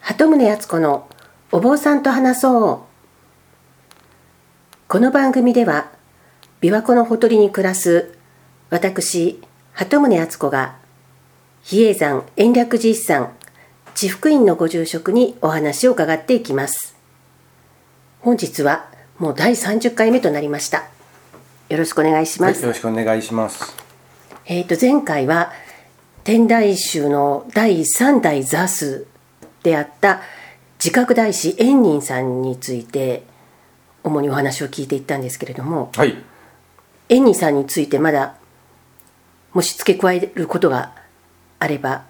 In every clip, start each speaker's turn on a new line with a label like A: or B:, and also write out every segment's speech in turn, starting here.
A: 鳩宗敦子のお坊さんと話そうこの番組では琵琶湖のほとりに暮らす私鳩宗敦子が比叡山延暦寺一山地福院のご住職にお話を伺っていきます本日はもう第30回目となりましたよろしくお願いし
B: は
A: ま
B: い、
A: す、
B: よろしくお願いします。
A: えー、と前回は天台宗の第三代座主であった自覚大師円仁さんについて主にお話を聞いていったんですけれども
B: はい。
A: 円仁さんについてまだもし付け加えることがあれば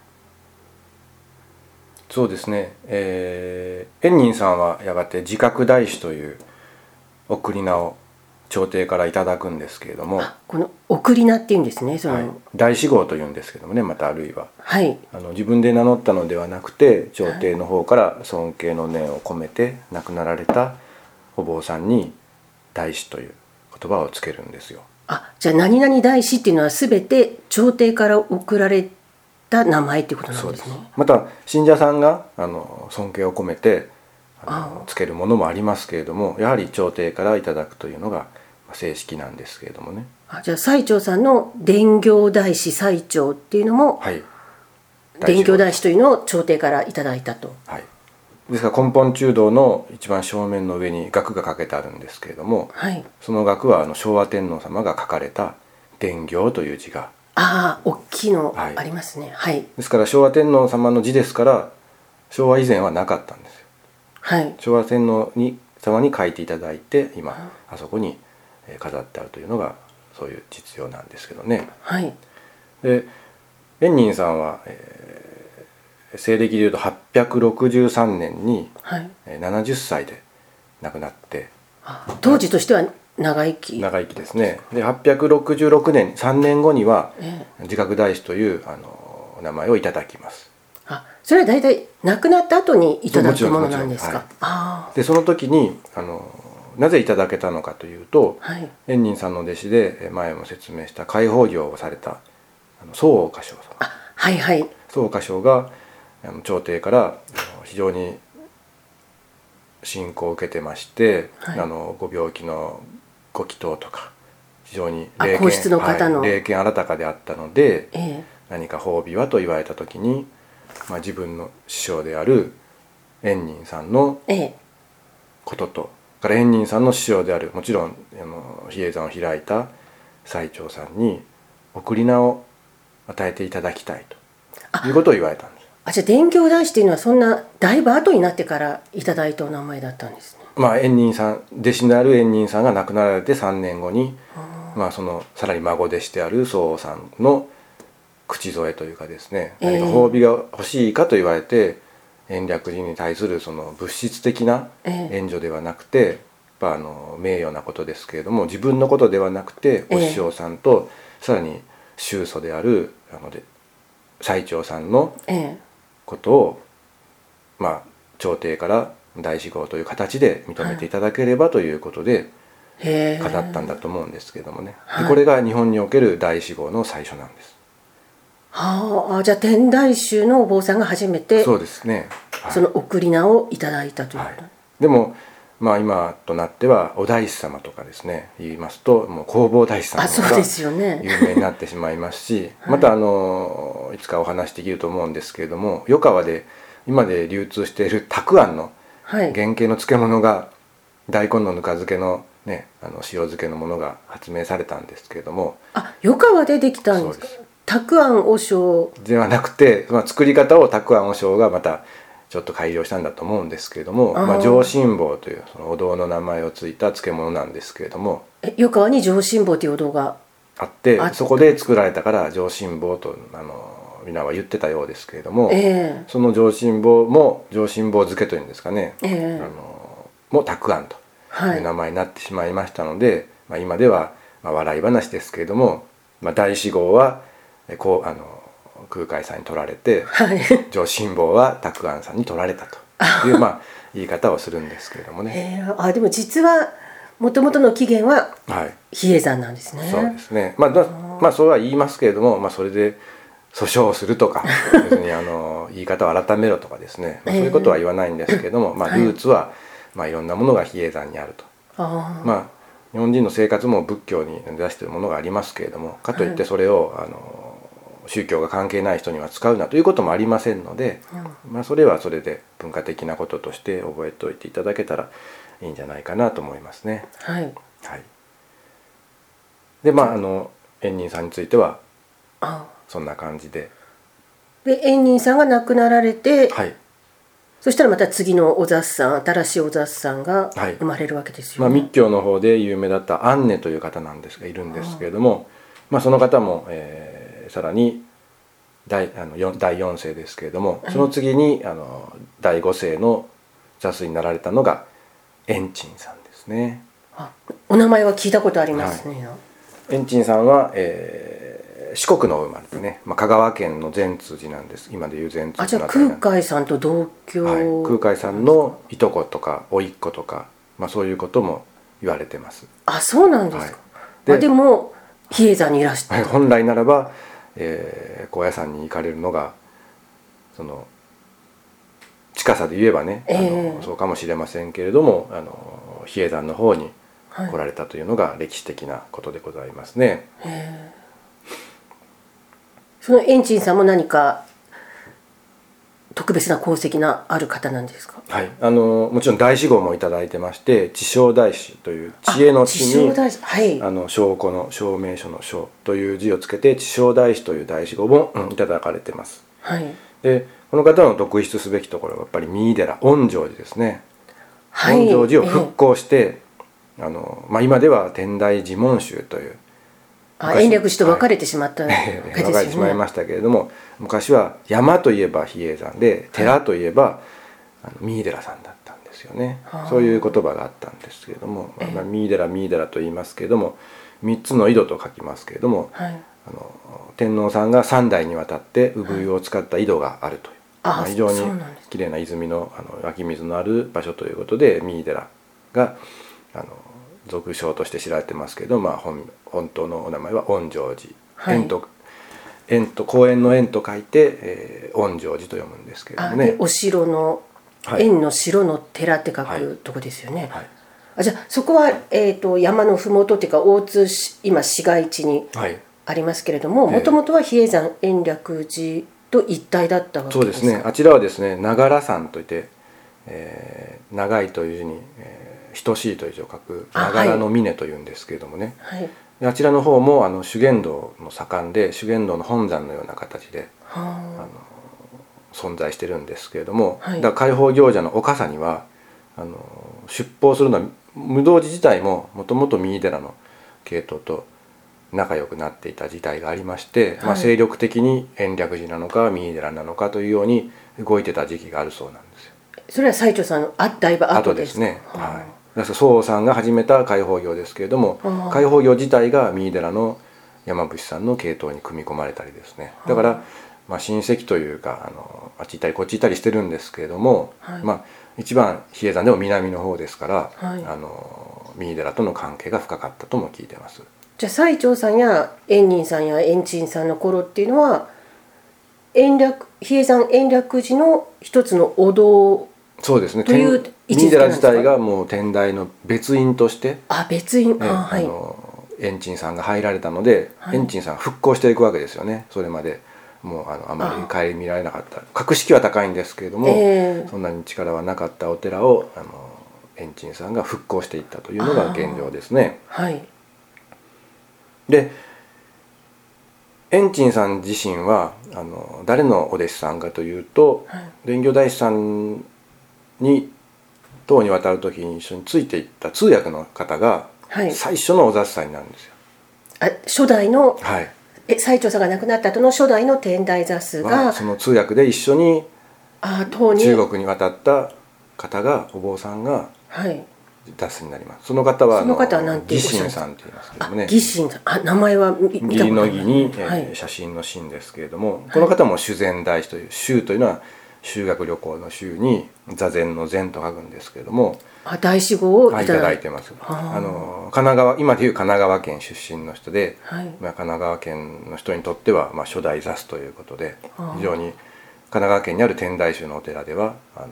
B: そうですね。えー、円仁さんはやがて自覚大師という送り名を朝廷からいただくんですけれども、は
A: この「送り名」っていうんですねその
B: い、大師号というんですけどもね、またあるいは。
A: はい、
B: あの自分で名乗ったのではなくて朝廷の方から尊敬の念を込めて亡くなられたお坊さんに「大師」という言葉をつけるんですよ。
A: あじゃあ「何々大師」っていうのは全て朝廷から送られた名前っていうことなんですね。
B: また信者さんがあの尊敬を込めてあのつけるものもありますけれどもやはり朝廷からいただくというのがまあ正式なんですけれどもね
A: あじゃあ最澄さんの「伝行大師最澄」っていうのも、
B: はい
A: 伝教大
B: 師
A: 師というのを朝廷からいただいたと。
B: はいですから根本中道の一番正面の上に額がかけてあるんですけれども
A: はい。
B: その額はあの昭和天皇様が書かれた「伝行」という字が
A: ああ、大きいの
B: はい
A: ありますね。はい。
B: ですから昭和天皇様の字ですから昭和以前はなかったんですよ
A: はい。
B: 昭和天皇に様に書いていただいて今あそこにえー飾ってあるというのがそういう実用なんですけどね
A: はい。
B: で円仁さんは、えー西暦でいうと863年に
A: はい。
B: えー70歳で亡くなって
A: あ当時としては長生き。
B: 長生きですねで866年3年後には
A: ええ
B: 自覚大師というあのお名前をいただきます
A: あ、それは大体亡くなった後にいただくものなんですか。
B: もち
A: あ
B: でその時にあのなぜいただけたのかというと、
A: あ。はい。
B: 円仁さんの弟子でえー前も説明した開放業をされたあの宗岡将様
A: あ、はいはい。
B: 宗岡将があの朝廷からあの非常に信仰を受けてまして、
A: はい
B: あのご病気のご祈祷とか非常に
A: あ皇室の方の
B: はい霊験新たかであったので
A: ええ
B: 何か褒美はと言われた時に、まあ、自分の師匠である円仁さんの
A: ええ
B: こととそれから円仁さんの師匠であるもちろんあの比叡山を開いた最澄さんに送り名を与えていただきたいということを言われたんです
A: あ、じゃあ伝教大師っていうのはそんなだいぶ後になってからいただいたお名前だったんですね。
B: まあ円仁さん弟子である円仁さんが亡くなられて3年後にまあそのさらに孫弟子である宗さんの口添えというかですね
A: ええ
B: 何か褒美が欲しいかと言われて延暦寺に対するその物質的な
A: ええ
B: 援助ではなくて、やっぱあの名誉なことですけれども自分のことではなくて
A: ええ
B: お師匠さんと、さらに宗祖であるあので最澄さんの
A: ええ
B: ことをまあ朝廷から大志号という形で認めていただければということで
A: へえ。
B: 語ったんだと思うんですけれどもね、
A: はい
B: でこれが日本における大志号の最初なんです、
A: はああ、じゃあ天台宗のお坊さんが初めて
B: そうですね、はい
A: その送り名をいただいたという
B: は
A: こ
B: い
A: と、、
B: でもまあ今となってはお大師様とかですね言いますともう弘法大師様
A: あ
B: と
A: そう
B: か
A: ですよね
B: 有名になってしまいますし、 またあのいつかお話できると思うんですけれども余川で今で流通しているたくあんの
A: はい
B: 原型の漬物が大根のぬか漬けの,、ね、あの塩漬けのものが発明されたんですけれども
A: あ余川でできたんですか
B: そうで
A: たくあん和尚
B: ではなくて、まあ、作り方をたくあん和尚がまたちょっと改良したんだと思うんですけれども
A: あー
B: まあ、上信坊というそのお堂の名前をついた漬物なんですけれども
A: え余川に上信坊というお堂が
B: あって
A: あった
B: そこで作られたから上信坊とあの皆は言ってたようですけれども、
A: ええ
B: その上信坊も上信坊漬けというんですかね、
A: え
B: あ
A: え
B: のもたくあんと
A: はい
B: いう名前になってしまいましたので、まあ、今では、まあ、笑い話ですけれども、まあ、大志号はえこうあの空海さんに取られて。
A: はい
B: 上辛坊はたくあんさんに取られたと いうまあ言い方をするんですけれどもね、
A: ええあでも実はもともとの起源は
B: はい
A: 比叡山なんですね
B: そうですねまあ、だまあそれは言いますけれども、まあ、それで訴訟をすると か別にあの言い方を改めろとかですね、まあそういうことは言わないんですけども、まあ、
A: はい
B: ルーツは、まあ、いろんなものが比叡山にあると。
A: ああ
B: まあ日本人の生活も仏教に出しているものがありますけれどもかといっ
A: は
B: てそれを、あの宗教が関係ない人には使うなということもありませんので、まあ、それはそれで文化的なこととして覚えておいていただけたらいいんじゃないかなと思いますね。
A: はい
B: はい、でまああの縁人さんについては
A: あ
B: そんな感じで、
A: で縁人さんが亡くなられて、
B: はい
A: そしたらまた次のお雑さん新しいお雑さんが
B: はい
A: 生まれるわけです
B: まあ、
A: よ、ね
B: 密教の方で有名だったアンネという方なんですがいるんですけれども、まあ、その方も、えーさらに第あのよん第4世ですけれどもその次にあの第5世の座数になられたのが円珍さんですね。
A: あお名前は聞いたことありますね、
B: 円珍さんは、えー四国の生まれでね、まあ、香川県の善通寺なんです今でいう善通
A: あじ
B: 寺
A: ゃあ
B: の辺りな
A: 空
B: んです
A: 海さんと同居、
B: はい、空海さんのいとことか甥っ子とか、まあ、そういうことも言われてます、
A: あそうなんですか、
B: はいで
A: あでも比叡山にいらして、
B: はい、本来ならば、えー高野山に行かれるのがその近さで言えばね、あの
A: ええ
B: そうかもしれませんけれどもあの比叡山の方に
A: はい
B: 来られたというのが歴史的なことでございますね。
A: へえそのエンチンさんも何か特別な功績のある方なんですか
B: はい、あのもちろん大師号もいただいてまして「知正大師」という知恵の知
A: あ地
B: に
A: 上大師はい
B: あの証拠の証明書の証という字をつけて地正大師という大師号も、うんいただかれてます
A: はい
B: でこの方の特筆すべきところはやっぱり三井寺御城寺ですね、
A: はい
B: 御城寺を復
A: え
B: 興して、あのまあ、今では天台寺門宗という
A: えあ延暦寺と別れてしまったわけですよね、
B: 分かれてしまいましたけれども昔は山といえば比叡山で寺といえば、あの三井寺さんだったんですよね
A: はあ
B: そういう言葉があったんですけれども、まあ
A: ええ
B: まあ三井寺三井寺と言いますけれども三つの井戸と書きますけれども、
A: はい
B: あの天皇さんが3代にわたって産湯を使った井戸があるという、
A: あ
B: まあ非常に
A: そうなんです
B: 綺麗な泉のあの湧き水のある場所ということで三井寺があの俗称として知られてますけど、まあ、本本当のお名前は御城寺、
A: はい
B: 円と円と公園の円と書いて、えー御城寺と読むんですけれど
A: あ
B: も
A: で
B: ね。
A: お城の
B: はい
A: 円の城の寺って書
B: はい
A: くとこですよね、
B: はい
A: あじゃあそこは、えー、と山の麓っていうか大津市今市街地に
B: はい
A: ありますけれども
B: ええ
A: もともとは比叡山延暦寺と一体だったわけ
B: そう
A: で
B: ですすね。あちらはですね、長良山といって、えー長いという字に、えー等しいという字を書く
A: あ
B: 長良の峰というんですけれどもね。
A: はい
B: であちらの方もあの修験道の盛んで修験道の本山のような形で
A: は
B: 存在してるんですけれども、
A: はい
B: だから開放行者の岡さにはあの出奔するのは無道寺自体ももともと三井寺の系統と仲良くなっていた時代がありまして、ま
A: は
B: あ、
A: い
B: 精力的に延暦寺なのか三井寺なのかというように動いてた時期があるそうなんですよ。
A: あそれは最澄さんのあだいぶ
B: 後
A: 後
B: で
A: ですす
B: ね。
A: あ
B: はい。だから宋さんが始めた開放業ですけれども
A: あ、あ
B: 開放業自体が三井寺の山伏さんの系統に組み込まれたりですね。だからまあ親戚というかあのあっち行ったりこっち行ったりしてるんですけれども、
A: はい
B: まあ一番比叡山でも南の方ですから、
A: はい
B: あの三井寺との関係が深かったとも聞いてます。
A: じゃあ最澄さんや円仁さんや円珍さんの頃っていうのは延暦比叡山延暦寺の一つのお堂
B: そうですね。
A: という
B: 天
A: 位置
B: 三
A: づ
B: 井
A: けな
B: 寺
A: んで
B: 自
A: すか
B: 体がもう天台の別院として。
A: あ別院、
B: ね
A: あはい
B: あのエンチンさんが入られたので、
A: はい
B: エンチンさん復興していくわけですよねそれまでもうあのあまり顧みられなかった格式は高いんですけれども、
A: ええ
B: そんなに力はなかったお寺をあのエンチンさんが復興していったというのが現状ですね。
A: はい
B: でエンチンさん自身はあの誰のお弟子さんかというと
A: はい
B: 蓮華大師さんに唐に渡る時に一緒についていった通訳の方が
A: はい
B: 最初のお雑祭になるんですよ。
A: あ初代の
B: はい、
A: え最澄さんが亡くなった後の初代の天台座数
B: は
A: が
B: その通訳で一緒に
A: あ唐に
B: 中国に渡った方がお坊さんが
A: はい
B: 脱出になりますその方はあ
A: その方はなんておっ
B: 義
A: しゃるんで
B: 神
A: すか
B: さんって言いますけど
A: あ
B: もね
A: 義神さんあ名前は見見たこ
B: 義
A: と
B: の
A: ない
B: 義に、えー
A: はい
B: 写真の真ですけれどもこの方も修善大師という修というのは修学旅行の週に座禅の禅と書くんですけれども
A: あ大志号を
B: あ
A: い
B: いた
A: ただ
B: だ
A: い
B: い
A: て
B: てます
A: あー
B: あの神奈川今でいう神奈川県出身の人で、
A: はい
B: まあ、神奈川県の人にとっては、まあ、初代座すということで
A: あー
B: 非常に神奈川県にある天台宗のお寺ではあの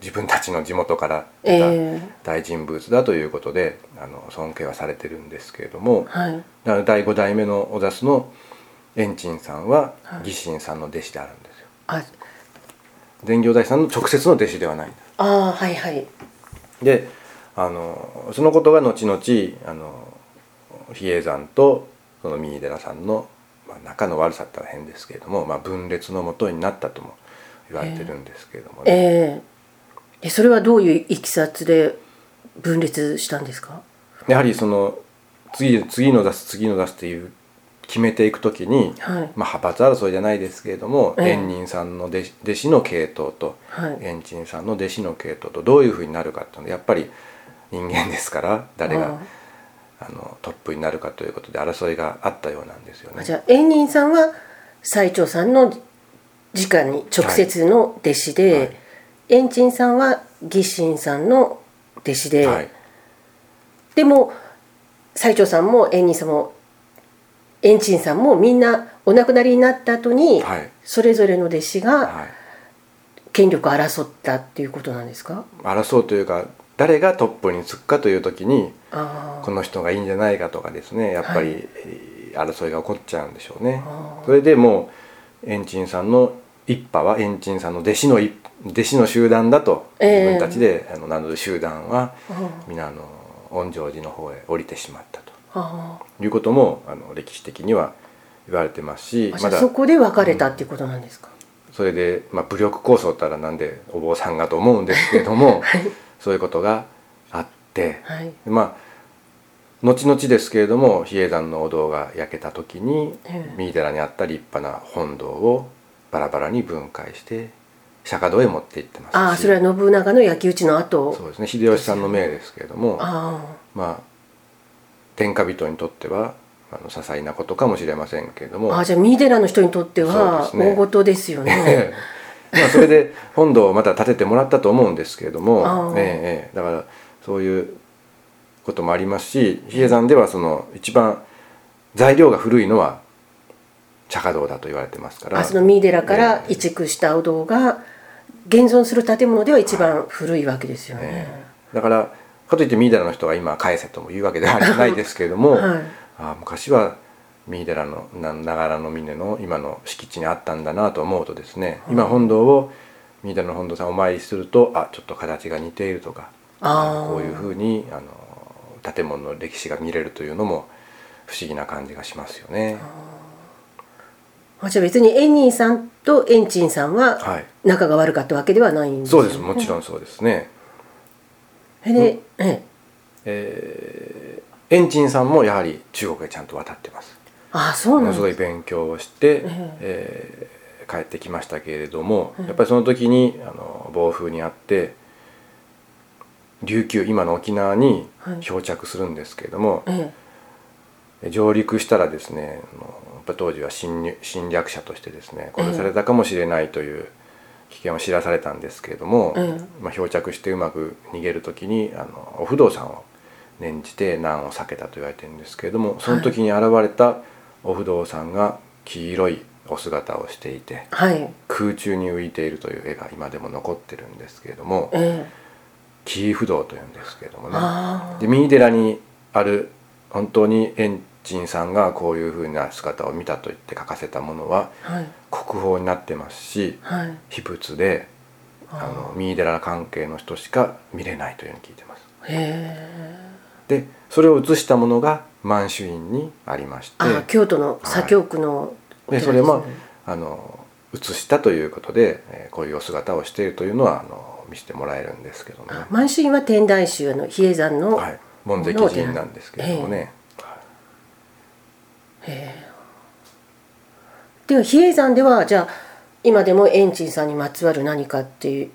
B: 自分たちの地元から出た
A: え
B: 大人物だということで、あの尊敬はされてるんですけれども
A: え、はい
B: だから第5代目のお座すの円珍さんは
A: はい
B: 義心さんの弟子であるんですよ。
A: あ
B: 善行大師さんの直接の弟子ではない
A: あーはいはい
B: であのそのことが後々あの比叡山とその三井寺さんの、まあ、仲の悪さったら変ですけれども、まあ、分裂のもとになったとも言われてるんですけれどもね、
A: えええそれはどういういきさつで分裂したんですか
B: やはりその次次の出す次の出すっていう決めていくときに、
A: はい
B: まあ、派閥争いじゃないですけれども
A: ええ
B: 円仁さんの弟子弟子の系統と
A: はい
B: 円珍さんの弟子の系統とどういうふうになるかっていうのはやっぱり人間ですから誰があのトップになるかということで争いがあったようなんですよ
A: あー
B: ね
A: じ。ゃあ円仁さんは最澄さんの直に直接の弟子
B: は
A: で
B: い
A: 円珍、さんは義心さんの弟子で、
B: はい、
A: でも最澄さんも円仁さんも円珍さんもみんなお亡くなりになった後に、
B: はい
A: それぞれの弟子が
B: はい、
A: 権力を争ったっていうことなんですか、
B: 争うというか誰がトップにつくかという時に
A: あ
B: この人がいいんじゃないかとかですねやっぱり、
A: はい
B: えー争いが起こっちゃうんでしょうね
A: あー
B: それでもうエンチンさんの一派はエンチンさんの弟子の一弟子の集団だと
A: え
B: 自
A: え
B: 分たちで、あの名乗る集団は
A: ああ
B: 皆あの御城寺の方へ降りてしまったと
A: あ
B: いうこともあの歴史的には言われてますし
A: あじ
B: ま
A: ゃあ
B: だ
A: そこで別れたっていうことなんですか、
B: それで、まあ、武力抗争ったらなんでお坊さんがと思うんですけれど も、そういうことがあって、
A: はい
B: まあ後々ですけれども比叡山のお堂が焼けた時に
A: ええ
B: 三井寺にあった立派な本堂をバラバラに分解して釈迦堂へ持って行ってますし
A: ああそれは信長の焼き討ちの後
B: そうですね秀吉さんの命ですけれども
A: あ
B: まあ天下人にとってはあの些細なことかもしれませんけれど
A: あ
B: も
A: ああじゃあ三井寺の人にとっては
B: そうです
A: 大
B: ね
A: 事ですよね
B: ええまあそれで本堂をまた建ててもらったと思うんですけれど
A: あ
B: も
A: ー、
B: ええええだからそういうこともありますし比叡山ではその一番材料が古いのは釈迦堂だと言われてますから
A: あその三井寺から
B: ええ
A: 移築したお堂が現存する建物では一番古いわけですよね、
B: ええだからかといって三井寺の人が今返せとも言うわけではないですけれども、
A: はい
B: ああ昔は三井寺のな長良の峰の今の敷地にあったんだなと思うとですね、今本堂を三井寺の本堂さんお参りするとあちょっと形が似ているとか
A: ああ
B: こういうふうにあの建物の歴史が見れるというのも不思議な感じがしますよね。
A: あじゃあ別に円仁さんと円珍さん
B: は
A: はい仲が悪かったわけではないんです
B: そ
A: よ
B: う
A: ね
B: ですもちろんそうですね。
A: えで、ええ
B: えー、エンチンさんもやはり中国へちゃんと渡ってます。
A: ああそう
B: も
A: な
B: の
A: ん
B: すご
A: で
B: い
A: す
B: 勉強をして、
A: え
B: えー帰ってきましたけれども、
A: うん
B: やっぱりその時にあの暴風にあって琉球今の沖縄に
A: はい
B: 漂着するんですけれども、
A: え
B: 上陸したらですねあのやっぱ当時は侵入侵略者としてですね殺されたかもしれないという危険を知らされたんですけれども、
A: うん
B: まあ、漂着してうまく逃げる時にあのお不動産を念じて難を避けたと言われてるんですけれどもその時に現れたお不動産が黄色いお姿をしていて
A: えはい
B: 空中に浮いているという絵が今でも残ってるんですけれども
A: ええ
B: 紀伊不動というんですけれどもね。
A: ああ
B: で三井寺にある本当に円珍さんがこういうふうな姿を見たと言って書かせたものは
A: はい
B: 国宝になってますし
A: はい
B: 秘仏であの三井寺関係の人しか見れないというふうに聞いてます
A: へえ
B: でそれを写したものが満州院にありまして
A: あ京都の左京区のお
B: で
A: 寺
B: それも
A: ですね
B: あの写したということで、えーこういうお姿をしているというのはあの見せてもらえるんですけどね
A: あ満州院は天台宗の比叡山の、
B: はい門跡寺院なんですけれども
A: ええ
B: ね、はい
A: では比叡山ではじゃあ今でも円珍さんにまつわる何かっていう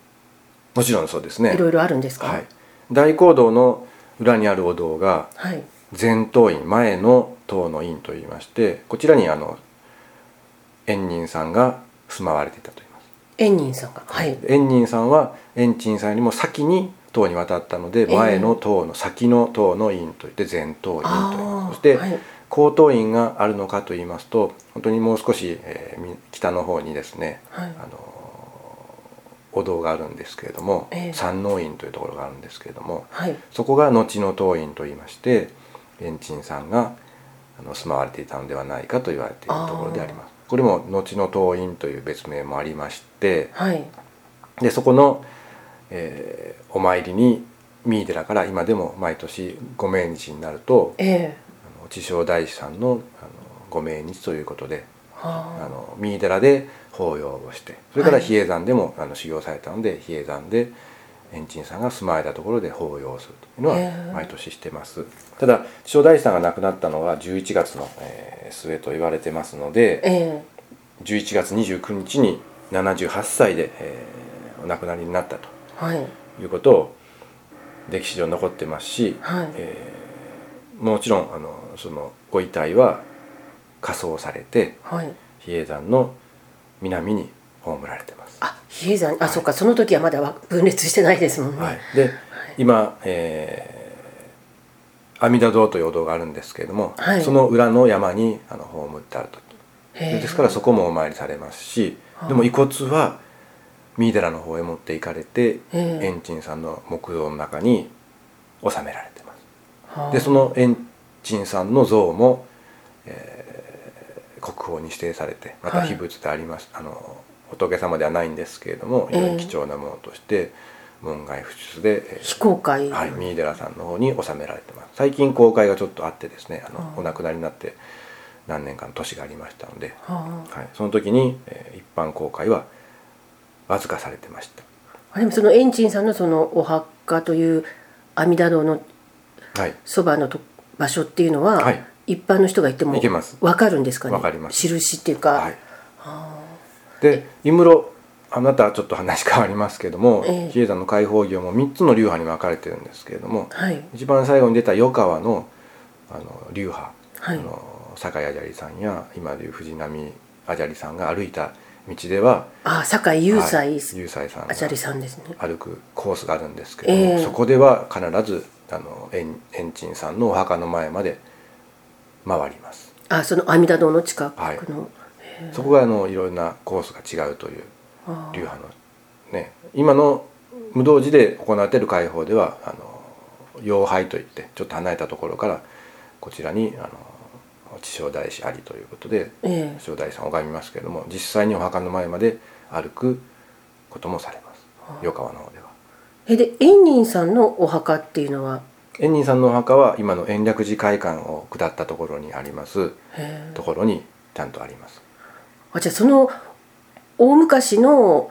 B: もちろんそうですね
A: いろいろあるんですか、
B: はい、大講堂の裏にあるお堂が
A: はい、
B: 前頭院前の塔の院といいましてこちらにあの円仁さんが住まわれていたといいます
A: 円仁さんがはい
B: 円仁さんは円珍さんよりも先に唐に渡ったので
A: ええ
B: 前の唐の先の唐の院といって前唐院とい
A: あ
B: う
A: ー
B: そして
A: はい
B: 高等院があるのかといいますと本当にもう少し、えーみ北の方にですね、
A: はい
B: あのーお堂があるんですけれども、
A: ええ
B: 山王院というところがあるんですけれども
A: はい
B: そこが後の唐院といいまして円珍さんがあの住まわれていたのではないかと言われているところであります。これも後の唐院という別名もありまして、
A: はい
B: でそこの、えーお参りに三井寺から今でも毎年ご命日になるとあ
A: ええ
B: の地匠大師さんのあのご命日ということであ
A: は
B: の三井寺で法要をしてそれから
A: はい
B: 比叡山でも、あの修行されたので比叡山で円珍さんが住まわれたところで法要をするというの
A: へ
B: は
A: え
B: 毎年してますただ地匠大師さんが亡くなったのは11月の、えー末と言われてますので、
A: あえ
B: 11月29日に78歳で、えーお亡くなりになったと
A: えはい
B: いうことを歴史上残ってますし、
A: はい
B: えーもちろんあのそのご遺体は火葬されて
A: はい
B: 比叡山の南に葬られてます。
A: あ比叡山あ、そっかその時はまだわ分裂してないですもんね
B: はい、で、今、えー阿弥陀堂というお堂があるんですけれども、
A: はい
B: その裏の山にあの葬ってあると
A: へえ
B: ですからそこもお参りされますし
A: はあ
B: でも遺骨は三井寺の方へ持っていかれて
A: ええ
B: 円珍さんの木像の中に納められてます
A: はあ
B: でその円珍さんの像も、えー国宝に指定されてまた
A: はい
B: 秘仏であります、あの仏様ではないんですけれども非常に貴重なものとして門外不出で、えー
A: 非公開
B: はい、三井寺さんの方に納められてます最近公開がちょっとあってですねあの、
A: はあ
B: お亡くなりになって何年かの年がありましたので、
A: はあ
B: はい、その時に、えー一般公開は預かされてました
A: あでもそのエンチンさんのそのお墓という阿弥陀堂の
B: はい
A: そばのと場所っていうのは、
B: はい
A: 一般の人が行っても
B: 行けます
A: わかるんですかね
B: わかります
A: 印っていうか、
B: はいで井室あなたはちょっと話変わりますけども
A: ええ
B: 比叡山の開放業も3つの流派に分かれてるんですけれども
A: はい
B: 一番最後に出た余川のあの流派、
A: はい
B: あの酒井あじゃりさんや今でいう藤波あじゃりさんが歩いた道では
A: あ酒井雄
B: は
A: 斎、
B: い雄斎さん
A: あ
B: が
A: じゃりさんですね
B: 歩くコースがあるんですけども、
A: ええ
B: そこでは必ずあの円円珍さんのお墓の前まで回ります
A: あその阿弥陀堂の近く
B: はい
A: の、
B: そこがあのいろんなコースが違うという
A: あー
B: 流派のね今の無道寺で行われている開放ではあの妖拝といってちょっと離れたところからこちらにあの地匠大師ありということで
A: ええ
B: 地匠大師さんを拝みますけれども実際にお墓の前まで歩くこともされます余川の方では。
A: えで円仁さんのお墓っていうのは
B: 円仁さんのお墓は今の延暦寺会館を下ったところにあります
A: へえ
B: ところにちゃんとあります
A: あじゃあその大昔の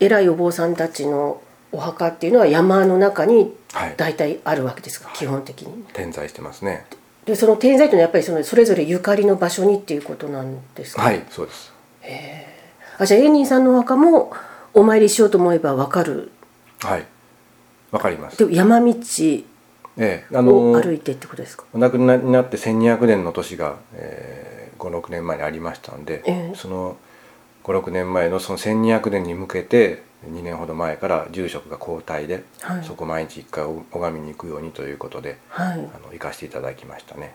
A: 偉いお坊さんたちのお墓っていうのは山の中に
B: はい
A: 大体あるわけですか、基本的に
B: 点在してますね
A: でその天在というのはやっぱりそのそれぞれゆかりの場所にっていうことなんですか、
B: はいそうです
A: あじゃあエンニーさんのお墓もお参りしようと思えばわかる
B: はいわかります
A: でも山道
B: ええあの
A: を
B: ー
A: 歩いてってことですか、
B: お亡くなりになって1200年の年が、えー56年前にありましたんで、
A: ええ
B: その56年前のその1200年に向けて2年ほど前から住職が交代で、
A: はい
B: そこ毎日1回お拝みに行くようにということで
A: はい
B: あの行かせていただきましたね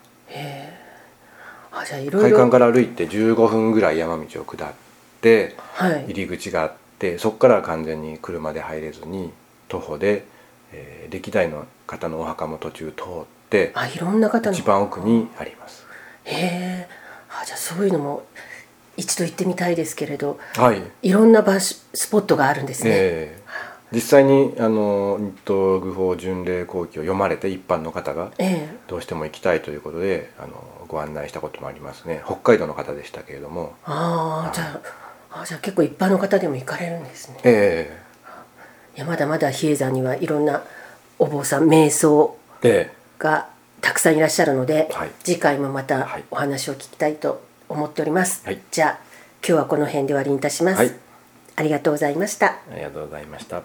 A: あじゃあいろい
B: 会
A: ろ
B: 館から歩いて15分ぐらい山道を下って
A: はい
B: 入り口があってそこからは完全に車で入れずに徒歩で、えー歴代の方のお墓も途中通って
A: あいろんな方の
B: 一番奥にあります
A: へえあじゃあそういうのも一度行ってみたいですけれど
B: はい、
A: いろんな場所スポットがあるんですね、
B: えー実際にあの日東愚法巡礼後期を読まれて一般の方が
A: ええ
B: どうしても行きたいということであのご案内したこともありますね北海道の方でしたけれども
A: ああじゃああじゃあ結構一般の方でも行かれるんですね
B: え
A: いやまだまだ比叡山にはいろんなお坊さん瞑想
B: ーで
A: がたくさんいらっしゃるので、
B: はい
A: 次回もまた
B: はい
A: お話を聞きたいと思っております、
B: はい
A: じゃあ今日はこの辺で終わりにいたします、
B: はい
A: ありがとうございました
B: ありがとうございました